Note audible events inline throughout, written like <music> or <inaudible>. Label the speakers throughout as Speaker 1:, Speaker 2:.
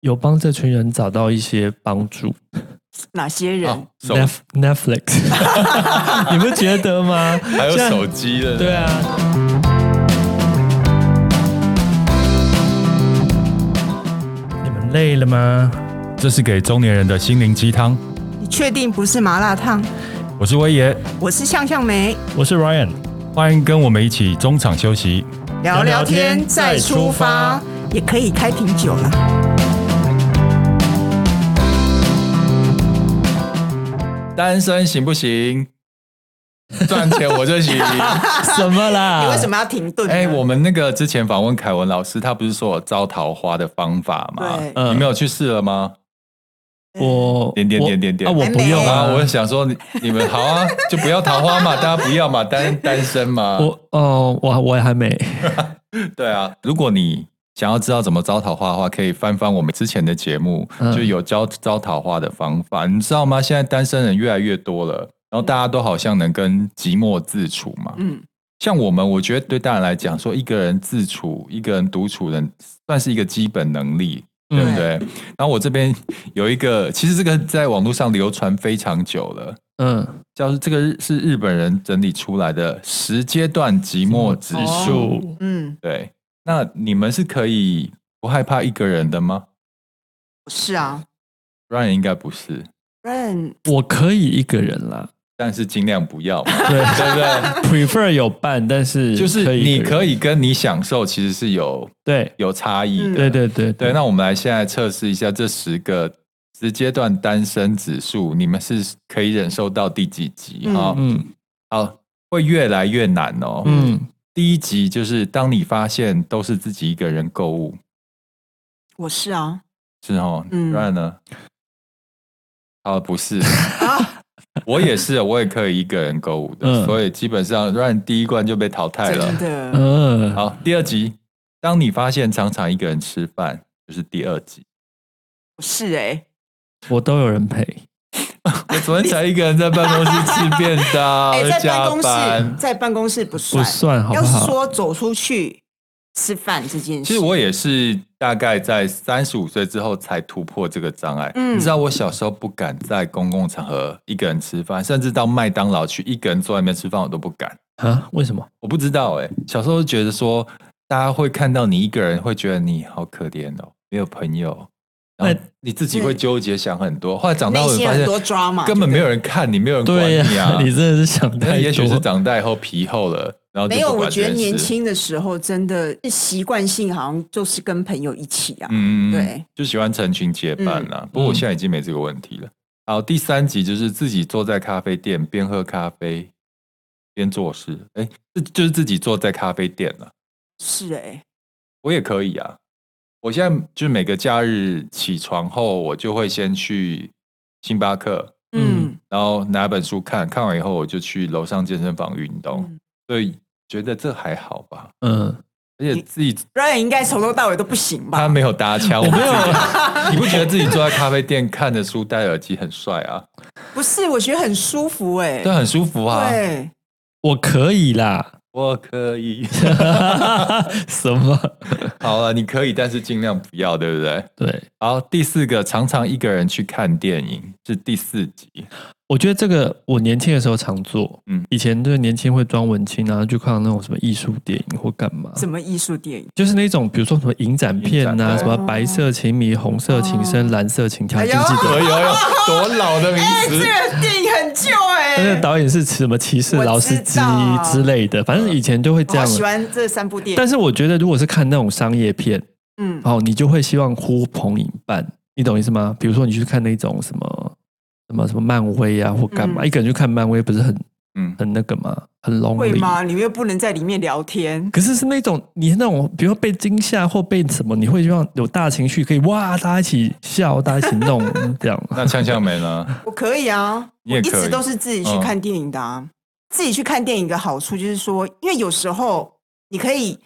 Speaker 1: 有帮这群人找到一些帮助。
Speaker 2: 哪些人？
Speaker 3: 哦
Speaker 4: 啊手
Speaker 1: Nef- Netflix，你 <laughs> 不觉得吗？
Speaker 4: 还有
Speaker 1: 现在
Speaker 4: 手机的，
Speaker 1: 对啊。你们累了吗？
Speaker 3: 这是给中年人的心灵鸡汤。
Speaker 2: 你确定不是麻辣烫？
Speaker 3: 我是威爷，
Speaker 2: 我是向向梅，
Speaker 1: 我是
Speaker 2: <laughs>
Speaker 1: Ryan，
Speaker 3: 欢迎跟我们一起中场休息。
Speaker 2: 聊聊
Speaker 1: 聊天
Speaker 2: 天再
Speaker 1: 再
Speaker 2: 出
Speaker 1: 出
Speaker 2: 发
Speaker 1: 发，
Speaker 2: 也可以开瓶酒了。
Speaker 4: 单身行不行？赚钱我
Speaker 3: <laughs>
Speaker 4: 就行。
Speaker 1: 什么啦？
Speaker 2: 你为什？么要停顿呢？
Speaker 4: 啊哎、我们那个之前访问凯文老师，他不是说我招桃花的方法吗？
Speaker 2: 对
Speaker 1: 嗯
Speaker 4: 你们有去试了吗？
Speaker 1: 我
Speaker 4: 点点点点点
Speaker 1: 啊！我不用
Speaker 4: 啊，
Speaker 1: 啊，
Speaker 4: 我想说你你们好啊，就不要桃花嘛，大家不要嘛，单单身嘛。
Speaker 1: 我哦，我我还没。
Speaker 4: 对啊，如果你想要知道怎么招桃花的话，可以翻翻我们之前的节目，
Speaker 1: 嗯
Speaker 4: 就有教招桃花的方法。你知道吗？现在单身人越来越多了，然后大家都好像能跟寂寞自处嘛。
Speaker 2: 嗯，
Speaker 4: 像我们，我觉得对大人来讲，说一个人自处、一个人独处的，算是一个基本能力，
Speaker 1: 嗯
Speaker 4: 对不对？然后我这边有一个，其实这个在网络上流传非常久了。
Speaker 1: 嗯，
Speaker 4: 叫这个是日本人整理出来的十阶段寂寞指数，
Speaker 1: 树
Speaker 2: 嗯，
Speaker 4: 对，那你们是可以不害怕一个人的吗
Speaker 2: 是啊，
Speaker 4: ？Ryan 应该不是，
Speaker 2: 不然
Speaker 1: 我可以一个人啦。
Speaker 4: 但是尽量不要嘛， <laughs>
Speaker 1: 对
Speaker 4: 对不对？
Speaker 1: ，prefer 有伴，但 <laughs> 是
Speaker 4: 就是你可
Speaker 1: 以
Speaker 4: 以跟你享受其实是有
Speaker 1: 一个人
Speaker 4: 有差异的。
Speaker 1: 对对对对
Speaker 4: 对，那我们来现在测试一下这十个十阶段单身指数，你们是可以忍受到第几级
Speaker 2: 嗯
Speaker 4: 啊？
Speaker 1: 嗯
Speaker 4: 好，会越来越难哦。
Speaker 1: 嗯
Speaker 4: 第一集就是当你发现都是自己一个人购物，
Speaker 2: 我是
Speaker 4: <laughs>
Speaker 2: 啊，
Speaker 4: 是哦，
Speaker 2: 嗯
Speaker 4: 不然呢？啊，不是，
Speaker 2: 啊
Speaker 4: <laughs> 我也是，我也可以一个人购物的，
Speaker 1: 嗯
Speaker 4: 所以基本上，不然第一关就被淘汰
Speaker 2: 真
Speaker 4: 了。
Speaker 2: 的，
Speaker 1: 嗯，
Speaker 4: 好，第二集，当你发现常常一个人吃饭，就是第二
Speaker 2: <laughs>
Speaker 4: 集。
Speaker 2: 我是哎，
Speaker 1: 我都有人陪。
Speaker 4: 我昨天才一个人在办公室吃便
Speaker 2: <laughs>
Speaker 4: 当，
Speaker 2: 哎，在办
Speaker 4: 加
Speaker 2: 公室，
Speaker 4: 班。
Speaker 2: 在办公室不
Speaker 1: 不
Speaker 2: 算，
Speaker 1: 算好不
Speaker 2: 要是
Speaker 1: 好？
Speaker 2: 说走出去吃饭这件事，
Speaker 4: 其实我也是大概在三十五岁之后才突破这个障碍。
Speaker 2: 嗯
Speaker 4: 你知道我小时候不敢在公共场合一个人吃饭，甚至到麦当劳去一个人坐在那边吃饭，我都不敢。
Speaker 1: 啊？为什么？
Speaker 4: 我不知道哎、小时候觉得说，大家会看到你一个人，会觉得你好可怜哦，没有朋友，然后你自己会纠结想很多。后来长大
Speaker 2: 内
Speaker 4: 后，
Speaker 2: 心
Speaker 4: 发
Speaker 2: 很多
Speaker 4: 现
Speaker 2: drama，
Speaker 4: 根本没
Speaker 2: 有
Speaker 4: 有人看你，没有人管
Speaker 1: 对
Speaker 4: 你
Speaker 1: <laughs>
Speaker 4: 啊。
Speaker 1: 你真的是想
Speaker 4: 但
Speaker 1: 太
Speaker 4: 也许是
Speaker 1: 多。
Speaker 4: 长大以后皮厚了，然后就
Speaker 2: 没有。
Speaker 4: 不
Speaker 2: 我
Speaker 4: 管这
Speaker 2: 觉得
Speaker 4: 件事嗯
Speaker 2: 年，轻的时候真的是习惯性，好像就是跟朋友一起啊，
Speaker 4: 嗯，
Speaker 2: 对，嗯
Speaker 4: 就喜欢成群结伴啦、不
Speaker 1: 嗯
Speaker 4: 过我现在已经没这个问题了。好，第三集就是自己坐在咖啡店，边喝咖啡边做事。哎，这就是自己坐在咖啡店啊了。
Speaker 2: 是哎，
Speaker 4: 我也可以啊。我现在就是每个假日起床后，我就会先去星巴克，
Speaker 2: 嗯
Speaker 1: 嗯，
Speaker 4: 然后拿本书看，看完以后我就去楼上健身房运动，
Speaker 2: 嗯
Speaker 4: 所以觉得这还好吧。
Speaker 1: 嗯，
Speaker 4: 而且自己
Speaker 2: 不然应该从头到尾都不行
Speaker 1: 啊
Speaker 2: 吧？
Speaker 4: 他没有搭腔，我没有，你不觉得自己坐在咖啡店看着书戴耳机很帅啊？
Speaker 2: 不是，我觉得很舒服哎、
Speaker 4: 对，很舒服啊。
Speaker 2: 对，
Speaker 1: 我可以啦。 <laughs>
Speaker 4: 我可以， <laughs>
Speaker 1: 什么？
Speaker 4: 好了，你可以，但是尽量不要，对不对？
Speaker 1: 对，
Speaker 4: 好，第四个，常常一个人去看电影是第四集，
Speaker 1: 我觉得这个我年轻的时候常做。
Speaker 4: 嗯
Speaker 1: 嗯，以前就是年轻会装文青，然后去看那种什么艺术电影或干嘛。
Speaker 2: 什么艺术电
Speaker 1: <laughs>
Speaker 2: 影？
Speaker 1: 就是那种，比如说什么影展片
Speaker 4: 影
Speaker 1: 呐、
Speaker 4: 展
Speaker 1: 什么白色情迷、红色情深、蓝色情条，
Speaker 2: 哎
Speaker 1: 记
Speaker 2: 呦
Speaker 1: 不记
Speaker 4: 哎
Speaker 1: 得？
Speaker 4: 呦呦，多老的名
Speaker 2: 哎、这！
Speaker 4: 词
Speaker 2: 个电影很旧
Speaker 1: <laughs>
Speaker 2: 哎、
Speaker 1: 那个导演是什么骑士劳斯基
Speaker 2: 我知道
Speaker 1: 之类的，反正以前就会这
Speaker 2: 我好
Speaker 1: 样。
Speaker 2: 喜欢这三部电影。
Speaker 1: 但是我觉得，如果是看那种商业片，
Speaker 2: 嗯，
Speaker 1: 哦，你就会希望呼朋引伴，你懂意思吗？比如说你去看那种什么什么什么漫威啊，或干嘛，
Speaker 2: 嗯
Speaker 1: 一个人去看漫威不是很
Speaker 4: 嗯，
Speaker 1: 很那个吗？很
Speaker 2: 会
Speaker 1: lonely
Speaker 2: 吗？你们又不能在里面聊天。
Speaker 1: 可是是那种你那种，比如说被惊吓或被什么，你会希望有大情绪，可以哇，大家一起笑，大家一起
Speaker 2: <laughs>
Speaker 1: 弄这样。
Speaker 4: 那呛呛梅呢？
Speaker 2: 我可以啊，
Speaker 4: 你也
Speaker 2: 一
Speaker 4: 可以
Speaker 2: 直都是自己去看
Speaker 1: 嗯
Speaker 2: 电影的啊。自己去看电影的好处就是说，因为有时候你可以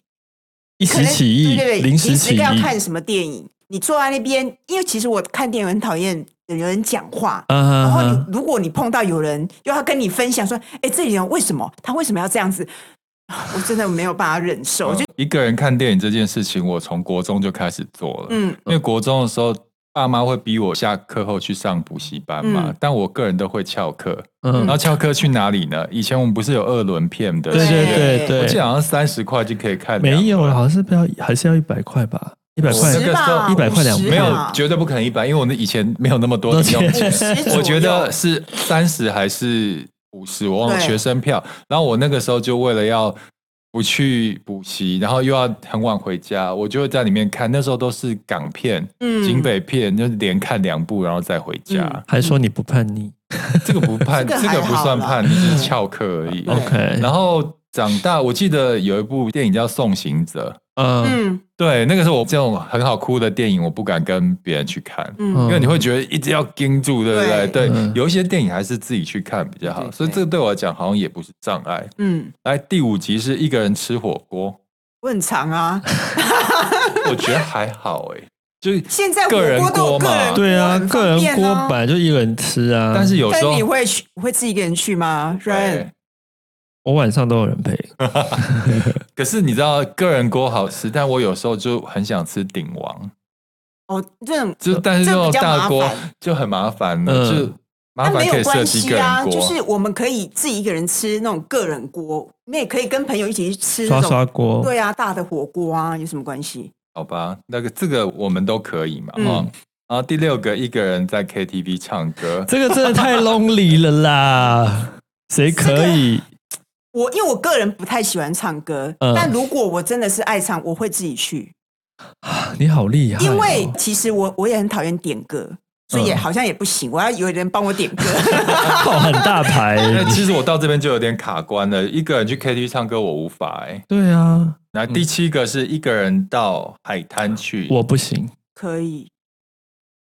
Speaker 1: 一
Speaker 2: 可
Speaker 1: 时
Speaker 2: 能
Speaker 1: 起意，
Speaker 2: 对对对，
Speaker 1: 临时起
Speaker 2: 时
Speaker 1: 意，
Speaker 2: 要看什么电影，你坐在那边，因为其实我看电影很讨厌有人讲话，然
Speaker 1: 嗯
Speaker 2: 后
Speaker 1: 哼
Speaker 2: 你如果你碰到有人又要跟你分享说，哎，这里人为什么他为什么要这样子， <laughs> 啊我真的没有办法忍受。就
Speaker 4: 一个人看电影这件事情，我从国中就开始做了。
Speaker 2: 嗯
Speaker 4: 因为国中的时候，爸妈会逼我下课后去上补习班嘛，
Speaker 2: 嗯
Speaker 4: 但我个人都会翘课。然
Speaker 1: 嗯，
Speaker 4: 后翘课去哪里呢？以前我们不是有二轮片的，
Speaker 1: 对对
Speaker 2: 对
Speaker 1: 对对，
Speaker 4: 我记得好像三十块就可以看两轮。
Speaker 1: 没有了，好像是不要，还是要一百块吧，一百块
Speaker 4: 那个
Speaker 2: 嗯十
Speaker 4: 时候
Speaker 2: 吧，
Speaker 1: 100块
Speaker 2: 50
Speaker 1: 200
Speaker 4: 没有
Speaker 2: 吧，
Speaker 4: 绝对不可能一百，因为我们以前没有那么多
Speaker 1: 多
Speaker 4: 零用
Speaker 1: 钱
Speaker 4: 钱。
Speaker 2: 50左右
Speaker 4: 我觉得是三十还是五十，我忘了
Speaker 2: 对
Speaker 4: 学生票。然后我那个时候就为了要不去补习，然后又要很晚回家，我就会在里面看。那时候都是港片、
Speaker 2: 嗯
Speaker 4: 警匪片，就是连看两部，然后再回家。
Speaker 2: 嗯
Speaker 1: 还说你不叛逆
Speaker 4: 这个
Speaker 2: <laughs>
Speaker 4: 不叛，
Speaker 2: 这个
Speaker 4: 这
Speaker 2: 还
Speaker 4: 个不算叛逆，
Speaker 2: <laughs>
Speaker 4: 就是翘课而已。
Speaker 2: 对
Speaker 1: ，OK，
Speaker 4: 然后长大，我记得有一部电影叫《送行者》，
Speaker 1: 嗯
Speaker 2: 嗯
Speaker 4: 对，那个时候我这种很好哭的电影，我不敢跟别人去看。
Speaker 2: 嗯
Speaker 4: 因为你会觉得一直要盯住，对不对？
Speaker 2: 对
Speaker 4: 对，
Speaker 1: 嗯
Speaker 4: 有一些电影还是自己去看比较好，
Speaker 2: 对对
Speaker 4: 所以这个对我来讲好像也不是障碍。
Speaker 2: 嗯，
Speaker 4: 来，第五集是一个人吃火
Speaker 2: <laughs>
Speaker 4: 锅，
Speaker 2: 我很长啊。
Speaker 4: 我觉得还好哎、就是
Speaker 1: 嗯
Speaker 2: 现在
Speaker 4: 个人
Speaker 2: 火锅都有
Speaker 4: 锅嘛
Speaker 2: 个
Speaker 1: 对啊，
Speaker 2: 人锅
Speaker 1: 个
Speaker 2: 很方便啊
Speaker 1: 人锅本来就一个人吃啊，
Speaker 4: 但是有时
Speaker 2: 但你
Speaker 4: 候
Speaker 2: 会去会自己一个人去吗？Ryan，
Speaker 4: 对，
Speaker 1: 我晚上都有人陪，
Speaker 4: 可是你知道个人锅好吃，但我有时候就很想吃鼎王，
Speaker 2: 哦，这种
Speaker 4: 就但是这种
Speaker 2: 比较麻
Speaker 4: 大
Speaker 2: 烦
Speaker 4: 锅就很麻烦了，
Speaker 1: 嗯
Speaker 4: 就麻
Speaker 2: 那
Speaker 4: 烦
Speaker 2: 没
Speaker 4: 可
Speaker 2: 有
Speaker 4: 以设
Speaker 2: 关
Speaker 4: 计
Speaker 2: 系
Speaker 4: 个人
Speaker 2: 啊，
Speaker 4: 锅，
Speaker 2: 就是我们可以自己一个人吃那种个人锅，你也可以跟朋友一起去吃
Speaker 1: 刷
Speaker 2: 那种
Speaker 1: 刷锅，
Speaker 2: 对啊大的火锅啊，有什么关系？
Speaker 4: 好吧？那个这个我们都可以嘛，
Speaker 2: 嗯
Speaker 4: 哦。然后第六个，一个人在 KTV 唱歌，
Speaker 1: 这个真的太 lonely 了
Speaker 2: <laughs>
Speaker 1: 啦，谁可以？
Speaker 2: 我因为我个人不太喜欢唱歌，
Speaker 1: 嗯
Speaker 2: 但如果我真的是爱唱，我会自己去，
Speaker 1: 你好厉害哦、
Speaker 2: 因为其实我我也很讨厌点歌，所以也
Speaker 1: 嗯
Speaker 2: 好像也不行，我要有人帮我点歌。 <laughs>
Speaker 1: 靠很大牌、
Speaker 4: 那
Speaker 1: 你
Speaker 4: 其实我到这边就有点卡关了，一个人去 KTV 唱歌我无法哎、
Speaker 1: 对啊，
Speaker 4: 然后第七个是一个人到海滩去，
Speaker 1: 我不行，
Speaker 2: 可以，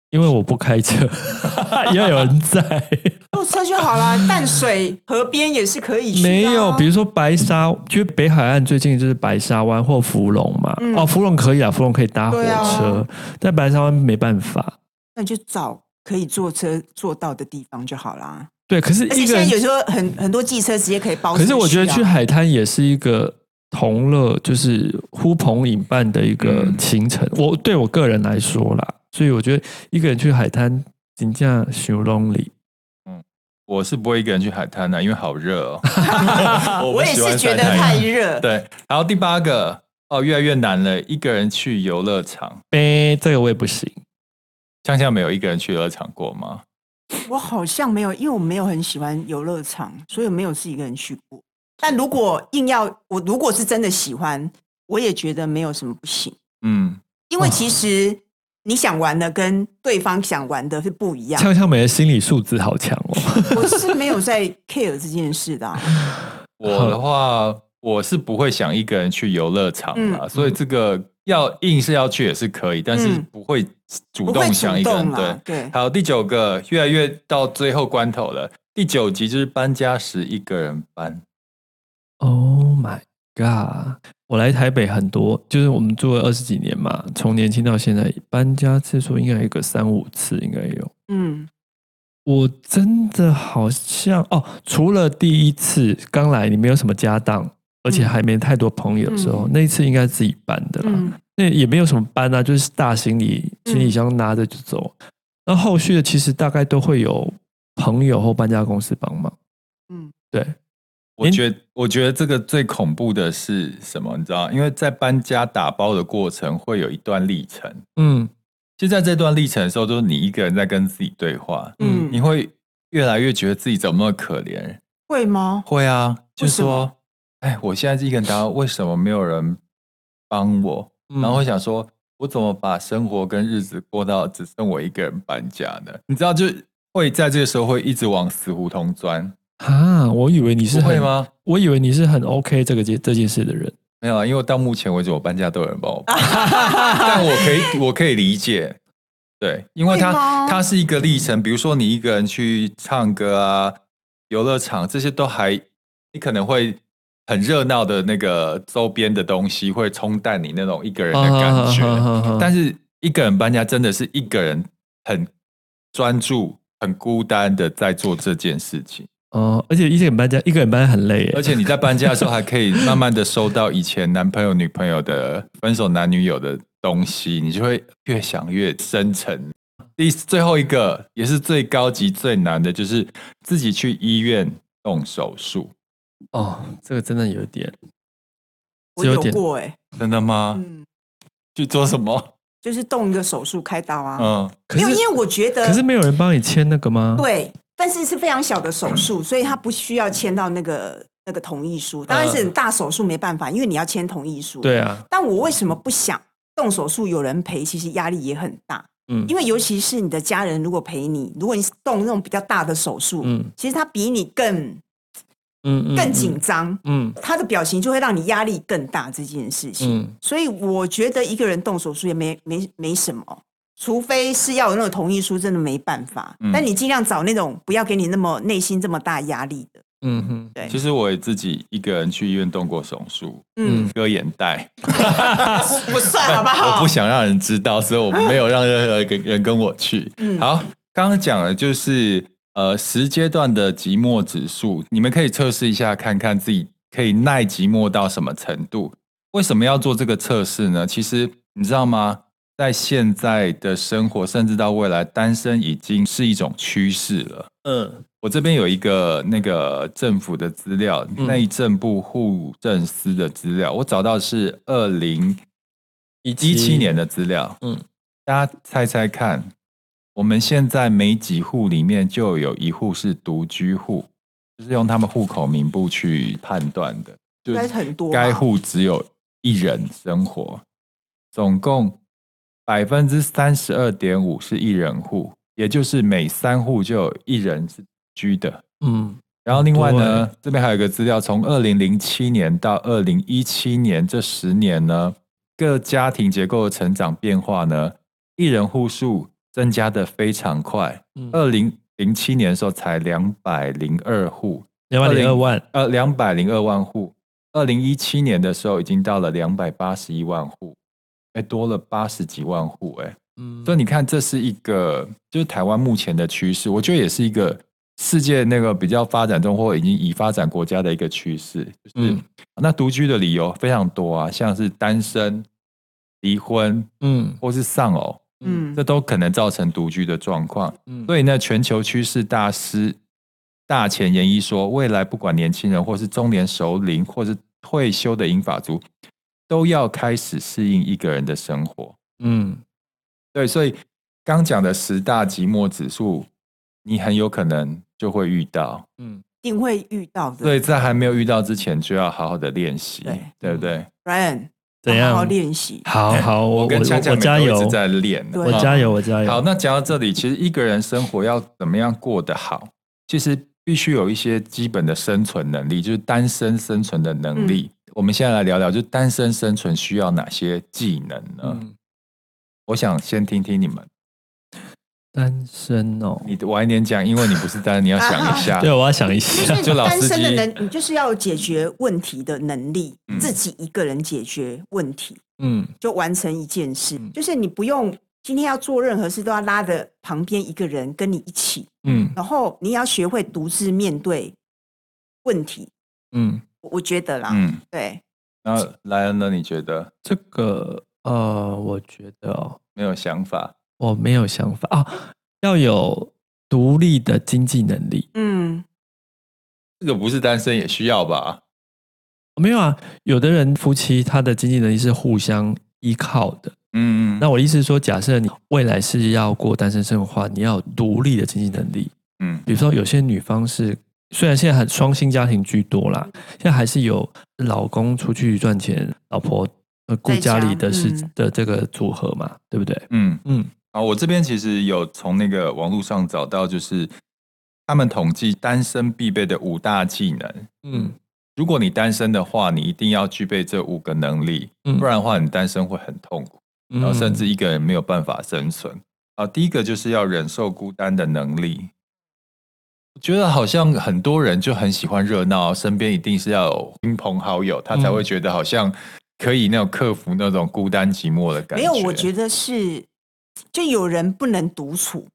Speaker 1: 因为我不开车， <laughs> 要有人
Speaker 2: <laughs>
Speaker 1: 在。
Speaker 2: 坐车就
Speaker 1: <laughs>
Speaker 2: 好啦，淡水河边也是可以去、啊。
Speaker 1: 没有，比如说白沙，就北海岸最近就是白沙湾或芙蓉嘛。
Speaker 2: 嗯
Speaker 1: 哦，芙蓉可以啊，芙蓉可以搭火
Speaker 2: 对啊
Speaker 1: 车，但白沙湾没办法。
Speaker 2: 那你就找可以坐车坐到的地方就好啦。
Speaker 1: 对，可是
Speaker 2: 而且
Speaker 1: 一
Speaker 2: 现
Speaker 1: 个
Speaker 2: 在
Speaker 1: 人，
Speaker 2: 有时候很很多计车直接可以包车
Speaker 1: 可
Speaker 2: 啊、
Speaker 1: 是我觉得去海滩也是一个同乐，就是呼朋引伴的一个
Speaker 4: 嗯
Speaker 1: 行程。我对我个人来说啦，所以我觉得一个人去海滩，真正 so lonely。
Speaker 4: 我是不会一个人去海滩的、因为好热哦。我不
Speaker 2: 我也
Speaker 4: 喜欢
Speaker 2: 是觉得
Speaker 4: 晒太阳
Speaker 2: 太热。
Speaker 4: 对。然后第八个哦，越来越难了，一个人去游乐场。
Speaker 1: 哎，这个我也不行。
Speaker 4: 香香没有一个人去游乐场过吗？
Speaker 2: <laughs> 我好像没有，因为我没有很喜欢游乐场，所以没有自己一个人去过。但如果硬要我，如果是真的喜欢，我也觉得没有什么不行，
Speaker 4: 嗯，
Speaker 2: 因为
Speaker 1: 哇
Speaker 2: 其实你想玩的跟对方想玩的是不一样。
Speaker 1: 呛呛美的心理素质好强哦。
Speaker 2: 我是没有在 care 这件事的啊、 <laughs>
Speaker 4: 我的话我是不会想一个人去游乐场啦，所以这个要硬是要去也是可以，但是
Speaker 2: 嗯
Speaker 4: 不会
Speaker 2: 不
Speaker 4: 主
Speaker 2: 会
Speaker 4: 动
Speaker 2: 主
Speaker 4: 想一个人。
Speaker 2: 动
Speaker 4: 对
Speaker 2: 啦，，对，
Speaker 4: 好，第九个越来越到最后关头了。第九集就是搬家时一个人搬，
Speaker 1: Oh my god！我来台北很多，就是我们住了二十几年嘛，从年轻到现在，搬家次数应该有个三五次，应该有。
Speaker 2: 嗯，
Speaker 1: 我真的好像哦，除了第一次刚来，你没有什么家当，而且
Speaker 2: 嗯
Speaker 1: 还没太多朋友的时候，
Speaker 2: 嗯
Speaker 1: 那一次应该自己搬的啦。
Speaker 2: 嗯
Speaker 1: 那也没有什么搬啊，就是大行李行李箱拿着就走。那后续的其实大概都会有朋友或搬家公司帮忙。
Speaker 2: 嗯，
Speaker 1: 对，
Speaker 4: 我
Speaker 1: 您
Speaker 4: 觉我觉得这个最恐怖的是什么？你知道，因为在搬家打包的过程会有一段历程，
Speaker 1: 嗯
Speaker 4: 其实在这段历程的时候，都是你一个人在跟自己对话，
Speaker 2: 嗯
Speaker 4: 你会越来越觉得自己怎么那么可怜。
Speaker 2: 会吗？
Speaker 4: 会啊，就
Speaker 2: 为什么
Speaker 4: 说，哎，我现在是一个人打包，为什么没有人帮我？
Speaker 1: 嗯
Speaker 4: 然后会想说，我怎么把生活跟日子过到只剩我一个人搬家呢？你知道，就会在这个时候会一直往死胡同钻，
Speaker 1: 啊，我以为你是
Speaker 4: 不会
Speaker 1: 很
Speaker 4: 吗？
Speaker 1: 我以为你是很 OK 这个件这件事的人，
Speaker 4: 没有啊，因为到目前为止我搬家都有人帮我搬，但我可以我可以理解，对，因为
Speaker 2: 会
Speaker 4: 它
Speaker 2: 吗
Speaker 4: 它是一个历程，比如说你一个人去唱歌啊、游乐场这些都还，你可能会很热闹的那个周边的东西会冲淡你那种一个人的感觉，
Speaker 1: 啊啊啊啊
Speaker 4: 但是一个人搬家真的是一个人很专注、很孤单的在做这件事情。
Speaker 1: 哦，而且一个人搬家，一个人搬很累耶，
Speaker 4: 而且你在搬家的时候，还可以慢慢的收到以前男朋友、女朋友的分手男女友的东西，你就会越想越深沉。第最后一个也是最高级、最难的，就是自己去医院动手术。
Speaker 1: 哦，这个真的有点
Speaker 2: 我
Speaker 1: 只有
Speaker 2: 有
Speaker 1: 点
Speaker 2: 过哎、
Speaker 4: 真的吗？
Speaker 2: 嗯，
Speaker 4: 去做什么？
Speaker 2: 就是动一个手术开刀啊，
Speaker 4: 嗯，
Speaker 1: 可
Speaker 2: 没有，
Speaker 1: 是
Speaker 2: 因为我觉得
Speaker 1: 可是没有人帮你签那个吗？，
Speaker 2: 对，但是是非常小的手术，所以他不需要签到那个那个同意书。当然是大手术没办法，因为你要签同意书。。
Speaker 1: 嗯对啊，
Speaker 2: 但我为什么不想动手术有人陪？其实压力也很大，
Speaker 1: 嗯，
Speaker 2: 因为尤其是你的家人如果陪你，如果你是动那种比较大的手术，
Speaker 1: 嗯
Speaker 2: 其实他比你更
Speaker 1: 嗯嗯
Speaker 2: 更紧，张，
Speaker 1: 嗯
Speaker 2: 他的表情就会让你压力更大这件事情。
Speaker 1: 嗯
Speaker 2: 所以我觉得一个人动手术也没没没什么，除非是要有那种同意书，真的没办法。
Speaker 4: 嗯
Speaker 2: 但你尽量找那种不要给你那么内心这么大压力的。
Speaker 1: 嗯哼，
Speaker 2: 对，
Speaker 4: 其实我也自己一个人去医院动过手术，
Speaker 2: 嗯，
Speaker 4: 割眼袋，
Speaker 2: <laughs> 不算好不
Speaker 4: 嗯我
Speaker 2: 好？
Speaker 4: 不想让人知道，所以我没有让任何一个人跟我去。
Speaker 2: 嗯
Speaker 4: 好，刚刚讲的就是呃十阶段的寂寞指数，你们可以测试一下，看看自己可以耐寂寞到什么程度。为什么要做这个测试呢？其实你知道吗？在现在的生活，甚至到未来，单身已经是一种趋势了。
Speaker 1: 嗯
Speaker 4: 我这边有一个那个政府的资料，
Speaker 1: 嗯
Speaker 4: 内政部户政司的资料，我找到的是二零一
Speaker 1: 17
Speaker 4: 七年的资料。
Speaker 1: 嗯
Speaker 4: 嗯，大家猜猜看，我们现在每几户里面就有一户是独居户，就是用他们户口名簿去判断的，就
Speaker 2: 应该
Speaker 4: 是
Speaker 2: 很多吧。
Speaker 4: 该户只有一人生活，总共百分之三十二点五是一人户，也就是每三户就有一人是居的。
Speaker 1: 嗯
Speaker 4: 然后另外
Speaker 1: 很多
Speaker 4: 呢
Speaker 1: 欸，
Speaker 4: 这边还有一个资料，从二零零七年到二零一七年这十年呢，各家庭结构的成长变化呢，一人户数增加的非常快。
Speaker 1: 嗯，
Speaker 4: 二零零七年的时候才两百零二户，
Speaker 1: 两百零二万，
Speaker 4: 呃，两百零二万户，二零一七年的时候已经到了两百八十一万户，哎，多了八十几万户，哎，
Speaker 1: 嗯
Speaker 4: 所以你看，这是一个就是台湾目前的趋势，我觉得也是一个世界那个比较发展中或已经已发展国家的一个趋势，就是、
Speaker 1: 嗯
Speaker 4: 那独居的理由非常多啊，像是单身、离婚
Speaker 1: 嗯
Speaker 4: 或是丧偶，
Speaker 2: 嗯
Speaker 4: 这都可能造成独居的状况。
Speaker 1: 嗯，
Speaker 4: 所以呢，全球趋势大师大前研一说，未来不管年轻人或是中年熟龄，或是退休的银发族，都要开始适应一个人的生活。
Speaker 1: 嗯
Speaker 4: 对，所以刚讲的十大寂寞指数，你很有可能就会遇到。
Speaker 1: 嗯
Speaker 2: 一定会遇到的。
Speaker 4: 所以在还没有遇到之前，就要好好的练习，
Speaker 2: 对嗯
Speaker 4: 对不对？
Speaker 2: ，Ryan，
Speaker 1: 怎
Speaker 2: 好好
Speaker 1: 样？
Speaker 2: 练习。
Speaker 1: 好好，我我
Speaker 4: 跟恰恰
Speaker 1: 我加
Speaker 4: 每周一
Speaker 1: 油
Speaker 4: 直，在练，
Speaker 2: 对
Speaker 1: 我
Speaker 2: 啊
Speaker 4: 嗯
Speaker 1: 加油，我加油。
Speaker 4: 好，那讲到这里，其实一个人生活要怎么样过得好，其实必须有一些基本的生存能力，就是单身生存的能力。我们现在来聊聊，就单身生存需要哪些技能呢？
Speaker 1: 嗯，
Speaker 4: 我想先听听你们，
Speaker 1: 单身哦，
Speaker 4: 你晚一点讲，因为你不是单身，你要想一
Speaker 1: <laughs>
Speaker 4: 下。
Speaker 1: 对，我要想一
Speaker 2: 就
Speaker 1: 下，
Speaker 2: 是
Speaker 4: <laughs> 就老
Speaker 2: 单
Speaker 4: 司
Speaker 2: 身的
Speaker 4: 机
Speaker 2: 能，你就是要有解决问题的能力，
Speaker 4: 嗯
Speaker 2: 自己一个人解决问题。
Speaker 1: 嗯
Speaker 2: 就完成一件事，
Speaker 4: 嗯
Speaker 2: 就是你不用今天要做任何事都要拉着旁边一个人跟你一起，
Speaker 1: 嗯
Speaker 2: 然后你也要学会独自面对问题。
Speaker 1: 嗯，
Speaker 2: 我我觉得啦，
Speaker 4: 嗯，
Speaker 2: 对，
Speaker 4: 那莱恩呢？你觉得
Speaker 1: 这个呃，我觉得哦，
Speaker 4: 没有想法？
Speaker 1: 我没有想法啊，要有独立的经济能力。
Speaker 2: 嗯，
Speaker 4: 这个不是单身也需要吧？
Speaker 1: 没有啊，有的人夫妻他的经济能力是互相依靠的。
Speaker 4: 嗯，
Speaker 1: 那我的意思是说，假设你未来是要过单身生活的话，你要有独立的经济能力。
Speaker 4: 嗯
Speaker 1: 比如说，有些女方是虽然现在很双薪家庭居多啦，
Speaker 4: 嗯
Speaker 1: 现在还是有老公出去赚钱，老婆呃顾
Speaker 2: 在
Speaker 1: 家
Speaker 2: 家
Speaker 1: 里的事、
Speaker 2: 嗯
Speaker 1: 的这个组合嘛，对不对？
Speaker 4: 嗯。
Speaker 1: 嗯
Speaker 4: 啊，我这边其实有从那个网络上找到，就是他们统计单身必备的五大技能。
Speaker 1: 嗯
Speaker 4: 如果你单身的话，你一定要具备这五个能力，
Speaker 1: 嗯
Speaker 4: 不然的话，你单身会很痛苦，然后甚至一个人没有办法生存。啊，第一个就是要忍受孤单的能力。我觉得好像很多人就很喜欢热闹，身边一定是要有亲朋好友，他才
Speaker 1: 嗯
Speaker 4: 会觉得好像可以那种克服那种孤单寂寞的感觉。
Speaker 2: 没有，我觉得是，就有人不能独处，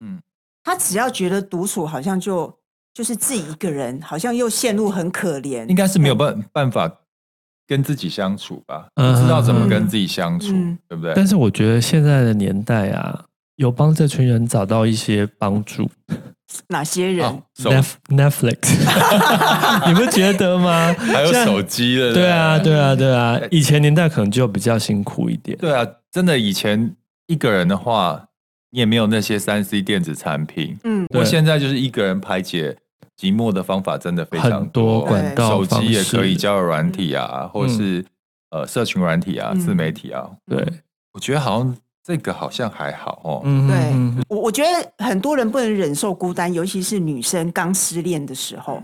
Speaker 2: 嗯
Speaker 4: 嗯，
Speaker 2: 他只要觉得独处好像就就是自己一个人，好像又陷入很可怜，
Speaker 4: 应该是没有办办法跟自己相处吧，
Speaker 1: 嗯
Speaker 4: 不知道怎么跟自己相处，
Speaker 2: 嗯
Speaker 4: 对不对？
Speaker 1: 但是我觉得现在的年代啊，有帮这群人找到一些帮助。
Speaker 2: 哪些人？
Speaker 4: 哦手
Speaker 1: Nef- Netflix，你不觉得吗？
Speaker 4: 还有
Speaker 1: 现在
Speaker 4: 手机了，
Speaker 1: 对啊，对啊，对啊
Speaker 4: 嗯，
Speaker 1: 以前年代可能就比较辛苦一点。
Speaker 4: 对啊，真的以前一个人的话，你也没有那些三 C 电子产品。
Speaker 2: 嗯，
Speaker 1: 对
Speaker 4: 我现在就是一个人排解寂寞的方法真的非常
Speaker 1: 很多
Speaker 2: 管道
Speaker 4: 手机也可
Speaker 1: 方
Speaker 4: 以，
Speaker 1: 式嗯
Speaker 4: 交友软体啊，或是呃社群软体啊、
Speaker 2: 嗯
Speaker 4: 自媒体啊。
Speaker 1: 对，
Speaker 4: 我觉得好像这个好像还好哦。
Speaker 1: 嗯
Speaker 2: 对
Speaker 1: 嗯嗯
Speaker 2: 我我觉得很多人不能忍受孤单，尤其是女生刚失恋的时候，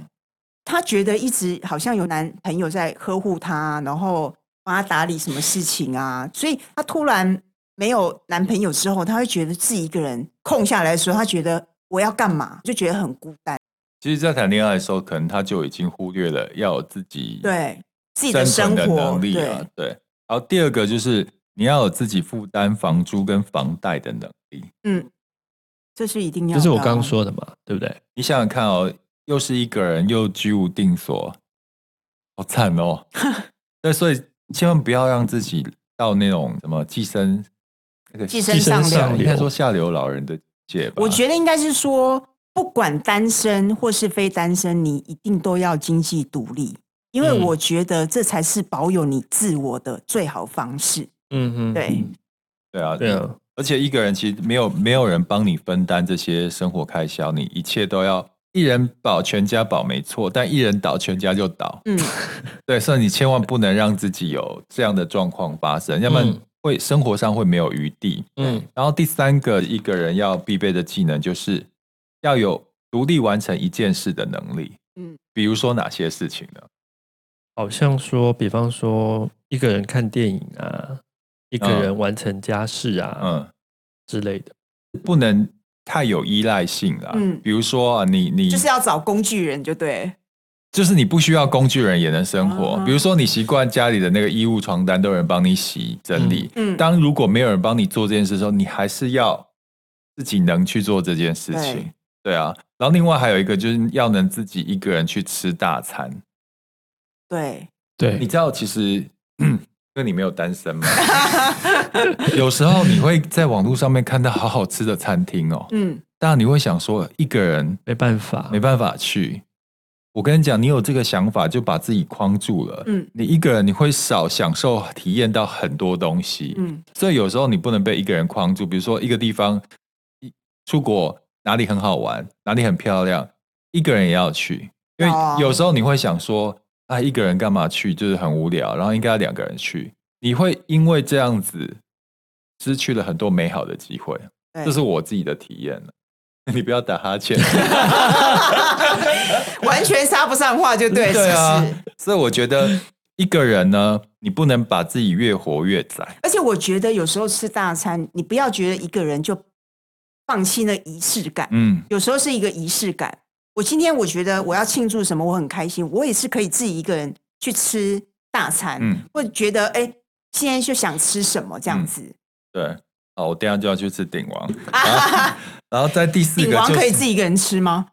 Speaker 2: 她觉得一直好像有男朋友在呵护她，然后帮她打理什么事情啊，所以她突然没有男朋友之后，她会觉得自己一个人空下来的时候，她觉得我要干嘛，就觉得很孤单，
Speaker 4: 其实，在谈恋爱的时候，可能他就已经忽略了要有自己
Speaker 2: 对自己
Speaker 4: 生
Speaker 2: 生
Speaker 4: 存的
Speaker 2: 活，
Speaker 4: 能力
Speaker 2: 对、
Speaker 4: 啊。对。然后第二个就是你要有自己负担房租跟房贷的能力。
Speaker 2: 这是一定要
Speaker 1: 这是
Speaker 2: 的啊，
Speaker 1: 我刚说的嘛，对不对？
Speaker 4: 你想想看哦，又是一个人，又居无定所，好惨
Speaker 2: <laughs>
Speaker 4: 哦。对，所以千万不要让自己到那种什么寄生那个
Speaker 2: 寄生上
Speaker 1: 寄生上
Speaker 2: 流
Speaker 1: 流。
Speaker 4: 应该说下流老人的界吧。
Speaker 2: 我觉得应该是说，不管单身或是非单身，你一定都要经济独立，因为
Speaker 1: 嗯
Speaker 2: 我觉得这才是保有你自我的最好方式。
Speaker 1: 嗯嗯，
Speaker 2: 对，
Speaker 4: 对啊，
Speaker 1: 对啊，
Speaker 4: 而且一个人其实没有没有人帮你分担这些生活开销，你一切都要一人保全家保没错，但一人倒全家就倒。 <laughs>
Speaker 2: 嗯，
Speaker 4: 对，所以你千万不能让自己有这样的状况发生，要不然
Speaker 1: 嗯
Speaker 4: 会生活上会没有余地。
Speaker 1: 嗯
Speaker 4: 然后第三个一个人要必备的技能就是要有独立完成一件事的能力。
Speaker 2: 嗯
Speaker 4: 嗯，比如说哪些事情呢？
Speaker 1: 好像说，比方说一个人看电影啊，一个
Speaker 4: 嗯
Speaker 1: 人完成家事啊，
Speaker 4: 嗯，
Speaker 1: 之类的。
Speaker 4: 不能太有依赖性啦。
Speaker 2: 嗯
Speaker 4: 嗯，比如说啊，你你
Speaker 2: 就是要找工具人，就对。
Speaker 4: 就是你不需要工具人也能生活。
Speaker 2: 啊
Speaker 4: 比如说，你习惯家里的那个衣物、床单都有人帮你洗整理。
Speaker 2: 嗯，
Speaker 4: 当如果没有人帮你做这件事的时候，你还是要自己能去做这件事情。对啊，然后另外还有一个就是要能自己一个人去吃大餐。
Speaker 2: 对，
Speaker 4: 你
Speaker 1: 对，
Speaker 4: 知道，其实 <clears throat> 因为你没有单身嘛，有时候你会在网络上面看到好好吃的餐厅哦，
Speaker 2: 嗯，
Speaker 4: 但你会想说，一个人
Speaker 1: 没办法，
Speaker 4: 没办法去。我跟你讲，你有这个想法就把自己框住了。
Speaker 2: 嗯
Speaker 4: 你一个人你会少享受体验到很多东西。
Speaker 2: 嗯，
Speaker 4: 所以有时候你不能被一个人框住。比如说一个地方，一出国哪里很好玩，哪里很漂亮，一个人也要去，因为
Speaker 2: 哦
Speaker 4: 有时候你会想说，啊，一个人干嘛去，就是很无聊，然后应该要两个人去。你会因为这样子失去了很多美好的机会，
Speaker 2: 对
Speaker 4: 这是我自己的体验了。 <laughs> 你不要打哈欠。
Speaker 2: 完全插不上话，就 <laughs> 对，
Speaker 4: <laughs> 对
Speaker 2: 是
Speaker 4: 啊
Speaker 2: 不是？，
Speaker 4: 所以我觉得一个人呢，你不能把自己越活越窄。
Speaker 2: 而且我觉得有时候吃大餐，你不要觉得一个人就放弃那仪式感。
Speaker 4: 嗯，
Speaker 2: 有时候是一个仪式感。我今天我觉得我要庆祝什么，我很开心，我也是可以自己一个人去吃大餐，
Speaker 4: 嗯
Speaker 2: 或者觉得哎、诶现在就想吃什么这样子。
Speaker 4: 对。好，我等一下就要去吃鼎王。
Speaker 2: <laughs> 啊哈哈，
Speaker 4: 然后在第四
Speaker 2: 鼎
Speaker 4: 个
Speaker 2: 王
Speaker 4: 就
Speaker 2: 可
Speaker 4: 是
Speaker 2: 以自己一个人吃吗？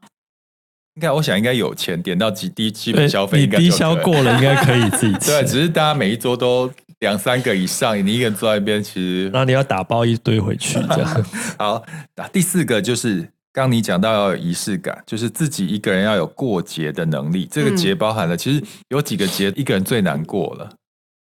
Speaker 4: 应该我想应该有钱点到极低基
Speaker 1: 对
Speaker 4: 本消费，
Speaker 1: 你
Speaker 4: 应该就
Speaker 1: 低消
Speaker 4: 可以。
Speaker 1: 过了，应该可以
Speaker 4: <laughs>
Speaker 1: 自己吃。
Speaker 4: 对，啊只是大家每一桌都两三个以上，你一个人坐在那边，其实
Speaker 1: 然后你要打包一堆回去，这
Speaker 4: <laughs>
Speaker 1: 样
Speaker 4: 好。那第四个就是刚刚你讲到要有仪式感，就是自己一个人要有过节的能力。这个
Speaker 2: 嗯
Speaker 4: 节包含了，其实有几个节一个人最难过了，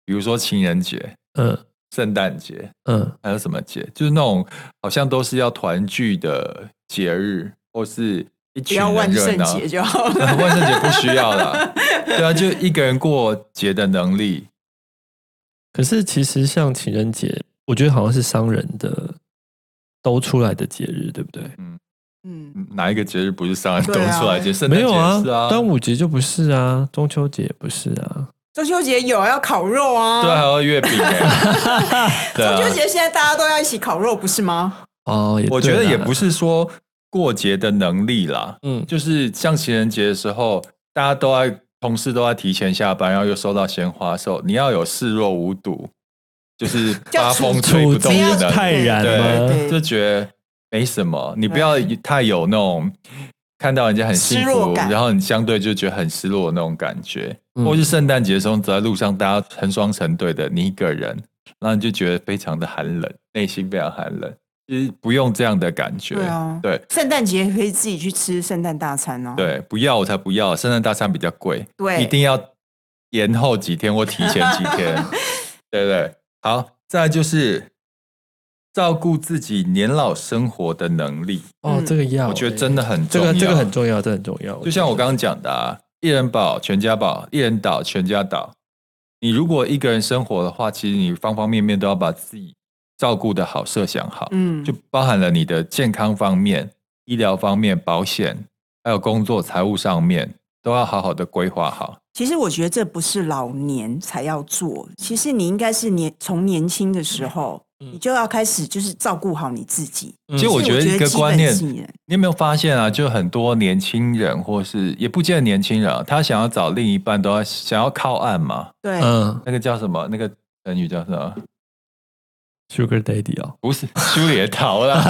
Speaker 4: 比如说情人节、
Speaker 1: 嗯
Speaker 4: 圣诞节，
Speaker 1: 嗯，
Speaker 4: 还有什么节？就是那种好像都是要团聚的节日，或是一
Speaker 2: 不
Speaker 4: 群
Speaker 2: 要
Speaker 4: 人
Speaker 2: 万
Speaker 4: 热
Speaker 2: 圣
Speaker 4: 闹。
Speaker 2: 节就好了。
Speaker 4: <laughs> 万圣节不需要啦，对啊，就一个人过节的能力，
Speaker 1: 可是其实像情人节，我觉得好像是商人的都出来的节日，对不对？
Speaker 2: 嗯，
Speaker 4: 哪一个节日不是商人都
Speaker 2: 对啊
Speaker 4: 出来节？圣诞
Speaker 1: 没有
Speaker 4: 节也
Speaker 1: 啊
Speaker 4: 是，啊，
Speaker 1: 端午节就不是啊，中秋节也不是啊，
Speaker 2: 中秋节有要烤肉啊，
Speaker 4: 对啊，还有月饼
Speaker 2: <laughs>
Speaker 4: 哎，对
Speaker 2: 中秋
Speaker 4: 啊，
Speaker 2: 节现在大家都要一起烤肉，不是吗？
Speaker 1: 哦，也
Speaker 4: 我觉得
Speaker 1: 对啦
Speaker 4: 也不，是说过节的能力啦，
Speaker 1: 嗯，
Speaker 4: 就是像情人节的时候，大家都在同事都在提前下班，然后又收到鲜花的时候，你要有视若无睹，就是
Speaker 2: 叫
Speaker 4: 八风吹
Speaker 1: 处
Speaker 4: 不
Speaker 1: 之
Speaker 4: 动的能力。
Speaker 1: 泰然
Speaker 2: 对
Speaker 1: 吗？
Speaker 4: 就觉得没什么，你不要太有那种看到人家很幸
Speaker 2: 失落
Speaker 4: 福，
Speaker 2: 感
Speaker 4: 然后你相对就觉得很失落的那种感觉。
Speaker 1: 嗯
Speaker 4: 或是圣诞节的时候，你走在路上，大家成双成对的，你一个人，然后你就觉得非常的寒冷，内心非常寒冷。其实不用这样的感觉。
Speaker 2: 对啊
Speaker 4: 对
Speaker 2: 圣诞节可以自己去吃圣诞大餐哦。
Speaker 1: 嗯
Speaker 4: 对不要我才不要，圣诞大餐比较贵，
Speaker 2: 对
Speaker 4: 一定要延后几天或提前几
Speaker 1: <laughs>
Speaker 4: 天，对不对？好，再来就是照顾自己年老生活的能力，
Speaker 1: 哦，
Speaker 2: 嗯
Speaker 1: 这个要欸，
Speaker 4: 我觉得真的很
Speaker 1: 这
Speaker 4: 重要。
Speaker 1: 个这个很重要，这很重要。
Speaker 4: 就像我
Speaker 1: 觉得
Speaker 4: 刚刚讲的、啊，一人保全家保，一人倒全家倒。你如果一个人生活的话，其实你方方面面都要把自己照顾的好，设想好，
Speaker 2: 嗯，
Speaker 4: 就包含了你的健康方面、医疗方面、保险，还有工作、财务上面，都要好好的规划好。
Speaker 2: 其实我觉得这不是老年才要做，其实你应该是年从年轻的时候，
Speaker 1: 嗯
Speaker 2: 你就要开始就是照顾好你自己。
Speaker 1: 嗯
Speaker 4: 其实我
Speaker 2: 这是
Speaker 4: 觉得
Speaker 2: 我觉
Speaker 4: 一
Speaker 2: 得
Speaker 4: 个
Speaker 2: 基
Speaker 4: 观
Speaker 2: 本
Speaker 4: 念，
Speaker 2: 技能
Speaker 4: 你有没有发现啊？就很多年轻人，或是也不见得年轻人、啊，他想要找另一半，都要想要靠岸嘛。
Speaker 2: 对，
Speaker 1: 嗯
Speaker 4: 那个叫什么？那个成语叫什么？
Speaker 1: ，Sugar Daddy 哦，
Speaker 4: 不是 <laughs> 修也
Speaker 2: <laughs>
Speaker 4: 逃啦，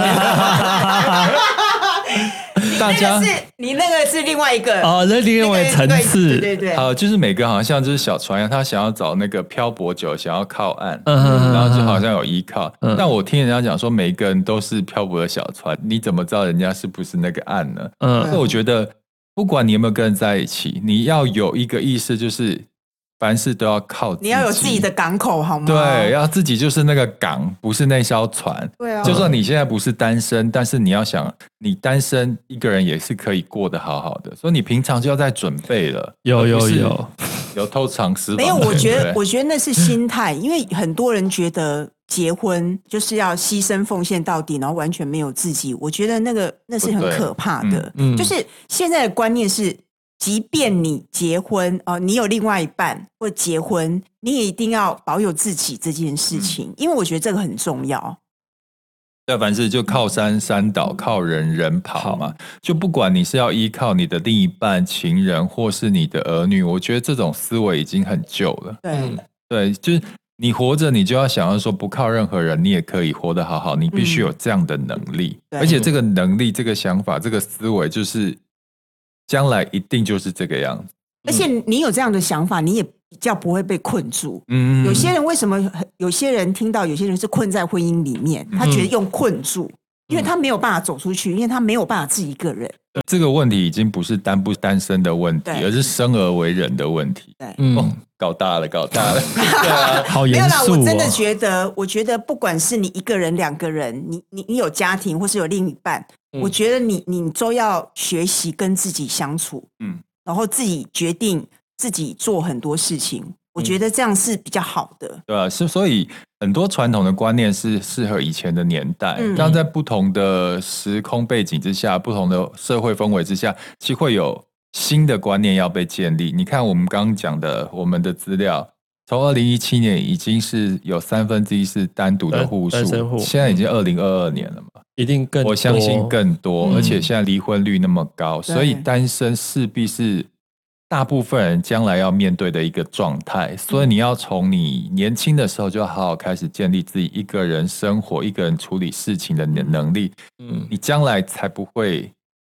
Speaker 4: 大
Speaker 2: 那
Speaker 4: 家
Speaker 2: 个是你那个是另外一个，
Speaker 1: 哦，那另外一个层
Speaker 2: 呃对
Speaker 1: 次，
Speaker 2: 对对，
Speaker 4: 好，呃就是每个好像就是小船一样，他想要找那个漂泊者，想要靠岸，
Speaker 1: 嗯哼
Speaker 4: 然后就好像有依靠。
Speaker 1: 嗯
Speaker 4: 但我听人家讲说，每一个人都是漂泊的小船，你怎么知道人家是不是那个岸呢？所以
Speaker 1: 嗯
Speaker 4: 我觉得，不管你有没有跟人在一起，你要有一个意识，就是凡事都要靠自己，
Speaker 2: 你要有自己的港口好吗？
Speaker 4: 对，，要自己就是那个港，不是那艘船。
Speaker 1: 嗯
Speaker 2: 对啊，
Speaker 4: 就算你现在不是单身，但是你要想，你单身一个人也是可以过得好好的，所以你平常就要在准备了。
Speaker 1: 有
Speaker 4: 哦而不
Speaker 1: 有
Speaker 4: 是
Speaker 1: 有，
Speaker 4: 有偷藏私
Speaker 2: 没有，
Speaker 4: 房的
Speaker 2: 我觉
Speaker 4: 对
Speaker 2: 得，
Speaker 4: 不对
Speaker 2: 我觉得那是心态，因为很多人觉得结婚就是要牺牲奉献到底，然后完全没有自己。我觉得那个那是很
Speaker 4: 不对
Speaker 2: 可怕的，
Speaker 1: 嗯嗯
Speaker 2: 就是现在的观念是，即便你结婚哦、呃你有另外一半或结婚，你也一定要保有自己这件事情，
Speaker 4: 嗯
Speaker 2: 因为我觉得这个很重要。
Speaker 4: 但凡事就靠山山倒，靠人人跑嘛。就不管你是要依靠你的另一半、情人，或是你的儿女，我觉得这种思维已经很旧了。
Speaker 2: 对，
Speaker 1: 嗯
Speaker 4: 对，就是你活着，你就要想要说，不靠任何人，你也可以活得好好。你必须有这样的能力，
Speaker 2: 嗯对
Speaker 4: 而且这个能力、这个想法、这个思维，就是将来一定就是这个样子。
Speaker 2: 而且你有这样的想法，你也比较不会被困住。
Speaker 4: 嗯
Speaker 2: 有些人为什么很有些人听到有些人是困在婚姻里面，他觉得用困
Speaker 4: 嗯
Speaker 2: 住，因为他没有办法走出去，因为他没有办法自己一个人。
Speaker 4: 嗯这个问题已经不是单不单身的问题，
Speaker 2: 对
Speaker 4: 而是生而为人的问题。哦
Speaker 1: 嗯，，
Speaker 4: 搞大了，搞大了。对啊，
Speaker 1: 好
Speaker 2: 没有
Speaker 1: 严
Speaker 2: 啦，
Speaker 1: 肃
Speaker 2: 我
Speaker 1: 哦
Speaker 2: 真的觉得，我觉得不管是你一个人、两个人，你你你有家庭或是有另一半，
Speaker 1: 嗯
Speaker 2: 我觉得你你都要学习跟自己相处，嗯
Speaker 4: 嗯，
Speaker 2: 然后自己决定自己做很多事
Speaker 4: 嗯
Speaker 2: 情，我觉得这样是比较好的。
Speaker 4: 对啊，是所以很多传统的观念是适合以前的年代，
Speaker 2: 嗯
Speaker 4: 但在不同的时空背景之下、不同的社会氛围之下，其实会有新的观念要被建立。你看，我们刚刚讲的，我们的资料。从二零一七年已经是有三分之一是单独的
Speaker 1: 单
Speaker 4: 户
Speaker 1: 单身
Speaker 4: 数，
Speaker 1: 户嗯
Speaker 4: 现在已经二零二二年了嘛，
Speaker 1: 一定更多，
Speaker 4: 我相信更多，
Speaker 1: 嗯
Speaker 4: 而且现在离婚率那么高，所以
Speaker 2: 对
Speaker 4: 单身势必是大部分人将来要面对的一个状态。所以你要从你年轻的时候就好好开始建立自己一个人生活、一个人处理事情的能能力，
Speaker 1: 嗯
Speaker 4: 你将来才不会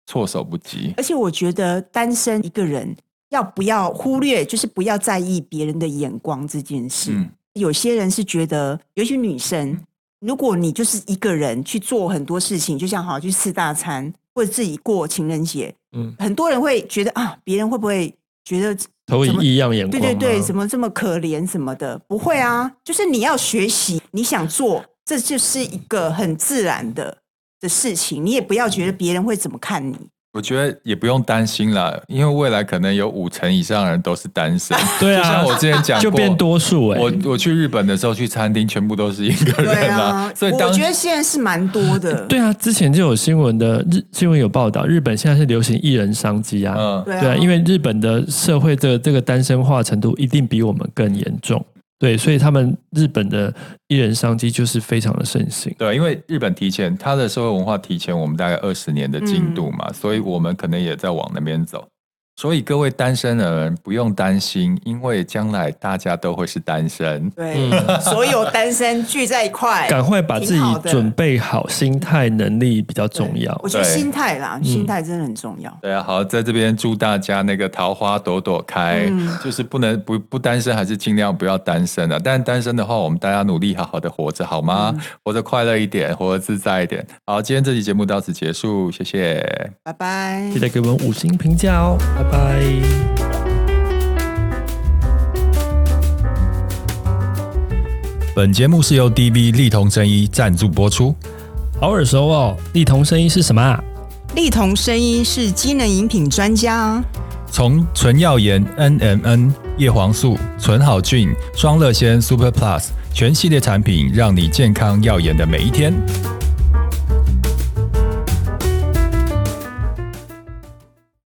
Speaker 4: 措手不及。
Speaker 2: 而且我觉得单身一个人要不要忽略，就是不要在意别人的眼光这件事。
Speaker 4: 嗯
Speaker 2: 有些人是觉得，尤其女生，
Speaker 1: 嗯
Speaker 2: 如果你就是一个人去做很多事情，就像好去吃大餐，或者自己过情人节，
Speaker 1: 嗯，
Speaker 2: 很多人会觉得啊，别人会不会觉得
Speaker 1: 投以
Speaker 2: 怎么
Speaker 1: 异样眼啊嗯
Speaker 2: 对
Speaker 4: 啊
Speaker 1: 光吗，
Speaker 2: 对对，怎么这么可怜什么的？不会啊，就是你要学习，你想做，这就是一个很自然的的事情，你也不要觉得
Speaker 1: 嗯
Speaker 2: 别人会怎么
Speaker 1: <laughs>
Speaker 2: 看你。
Speaker 4: 我觉得也不用担心啦，因为未来可能有五成以上的人都是单身。
Speaker 1: 对啊
Speaker 4: 就像我之前讲
Speaker 1: <laughs> 就
Speaker 4: 过，
Speaker 1: 变多数哎，
Speaker 4: 我我去日本的时候，去餐厅全部都是一个
Speaker 2: 对
Speaker 4: 人
Speaker 2: 啊，
Speaker 4: 所以
Speaker 2: 我
Speaker 4: 当
Speaker 2: 觉得现在是蛮多的。
Speaker 1: 对啊，之前就有新闻的日新闻有报道，日本现在是流行艺人商机啊，
Speaker 4: 嗯
Speaker 2: 对
Speaker 1: 对
Speaker 2: 啊，
Speaker 1: 啊，因为日本的社会这个这个单身化程度一定比我们更严重，对，所以他们日本的艺人商机就是非常的盛行，
Speaker 4: 对，因为日本提前它的社会文化提前我们大概二十年的进度嘛，所以我们可能也在往那边走。所以各位单身的人不用担心，因为将来大家都会是单身。
Speaker 2: 对，啊
Speaker 1: 嗯，
Speaker 2: 所有单身聚在一块，
Speaker 1: 赶快把自
Speaker 2: 挺
Speaker 1: 己
Speaker 2: 好的
Speaker 1: 准备好，心态能力比较重要
Speaker 2: 我。觉得
Speaker 4: 对
Speaker 2: 心态啦，心态真的很重要。
Speaker 4: 对啊，好，在这边祝大家那个桃花朵朵开，
Speaker 2: 嗯
Speaker 4: <laughs> 就是不能不不单身，还是尽量不要单身啊。但单身的话，我们大家努力好好的活着，好吗？活得快乐一点，活得自在一点。好，今天这期节目到此结束，谢谢。
Speaker 2: 拜拜
Speaker 1: 记。得给我们五星评价哦，拜拜。
Speaker 3: 本节目是由 DV 力同真一赞助播出。
Speaker 1: 好耳熟哦，力同声音是什么啊？
Speaker 2: 丽彤声音是机能饮品专家啊，
Speaker 3: 从纯耀颜 NMN、叶黄素、纯好菌、双乐仙 Super Plus 全系列产品，让你健康耀眼的每一天。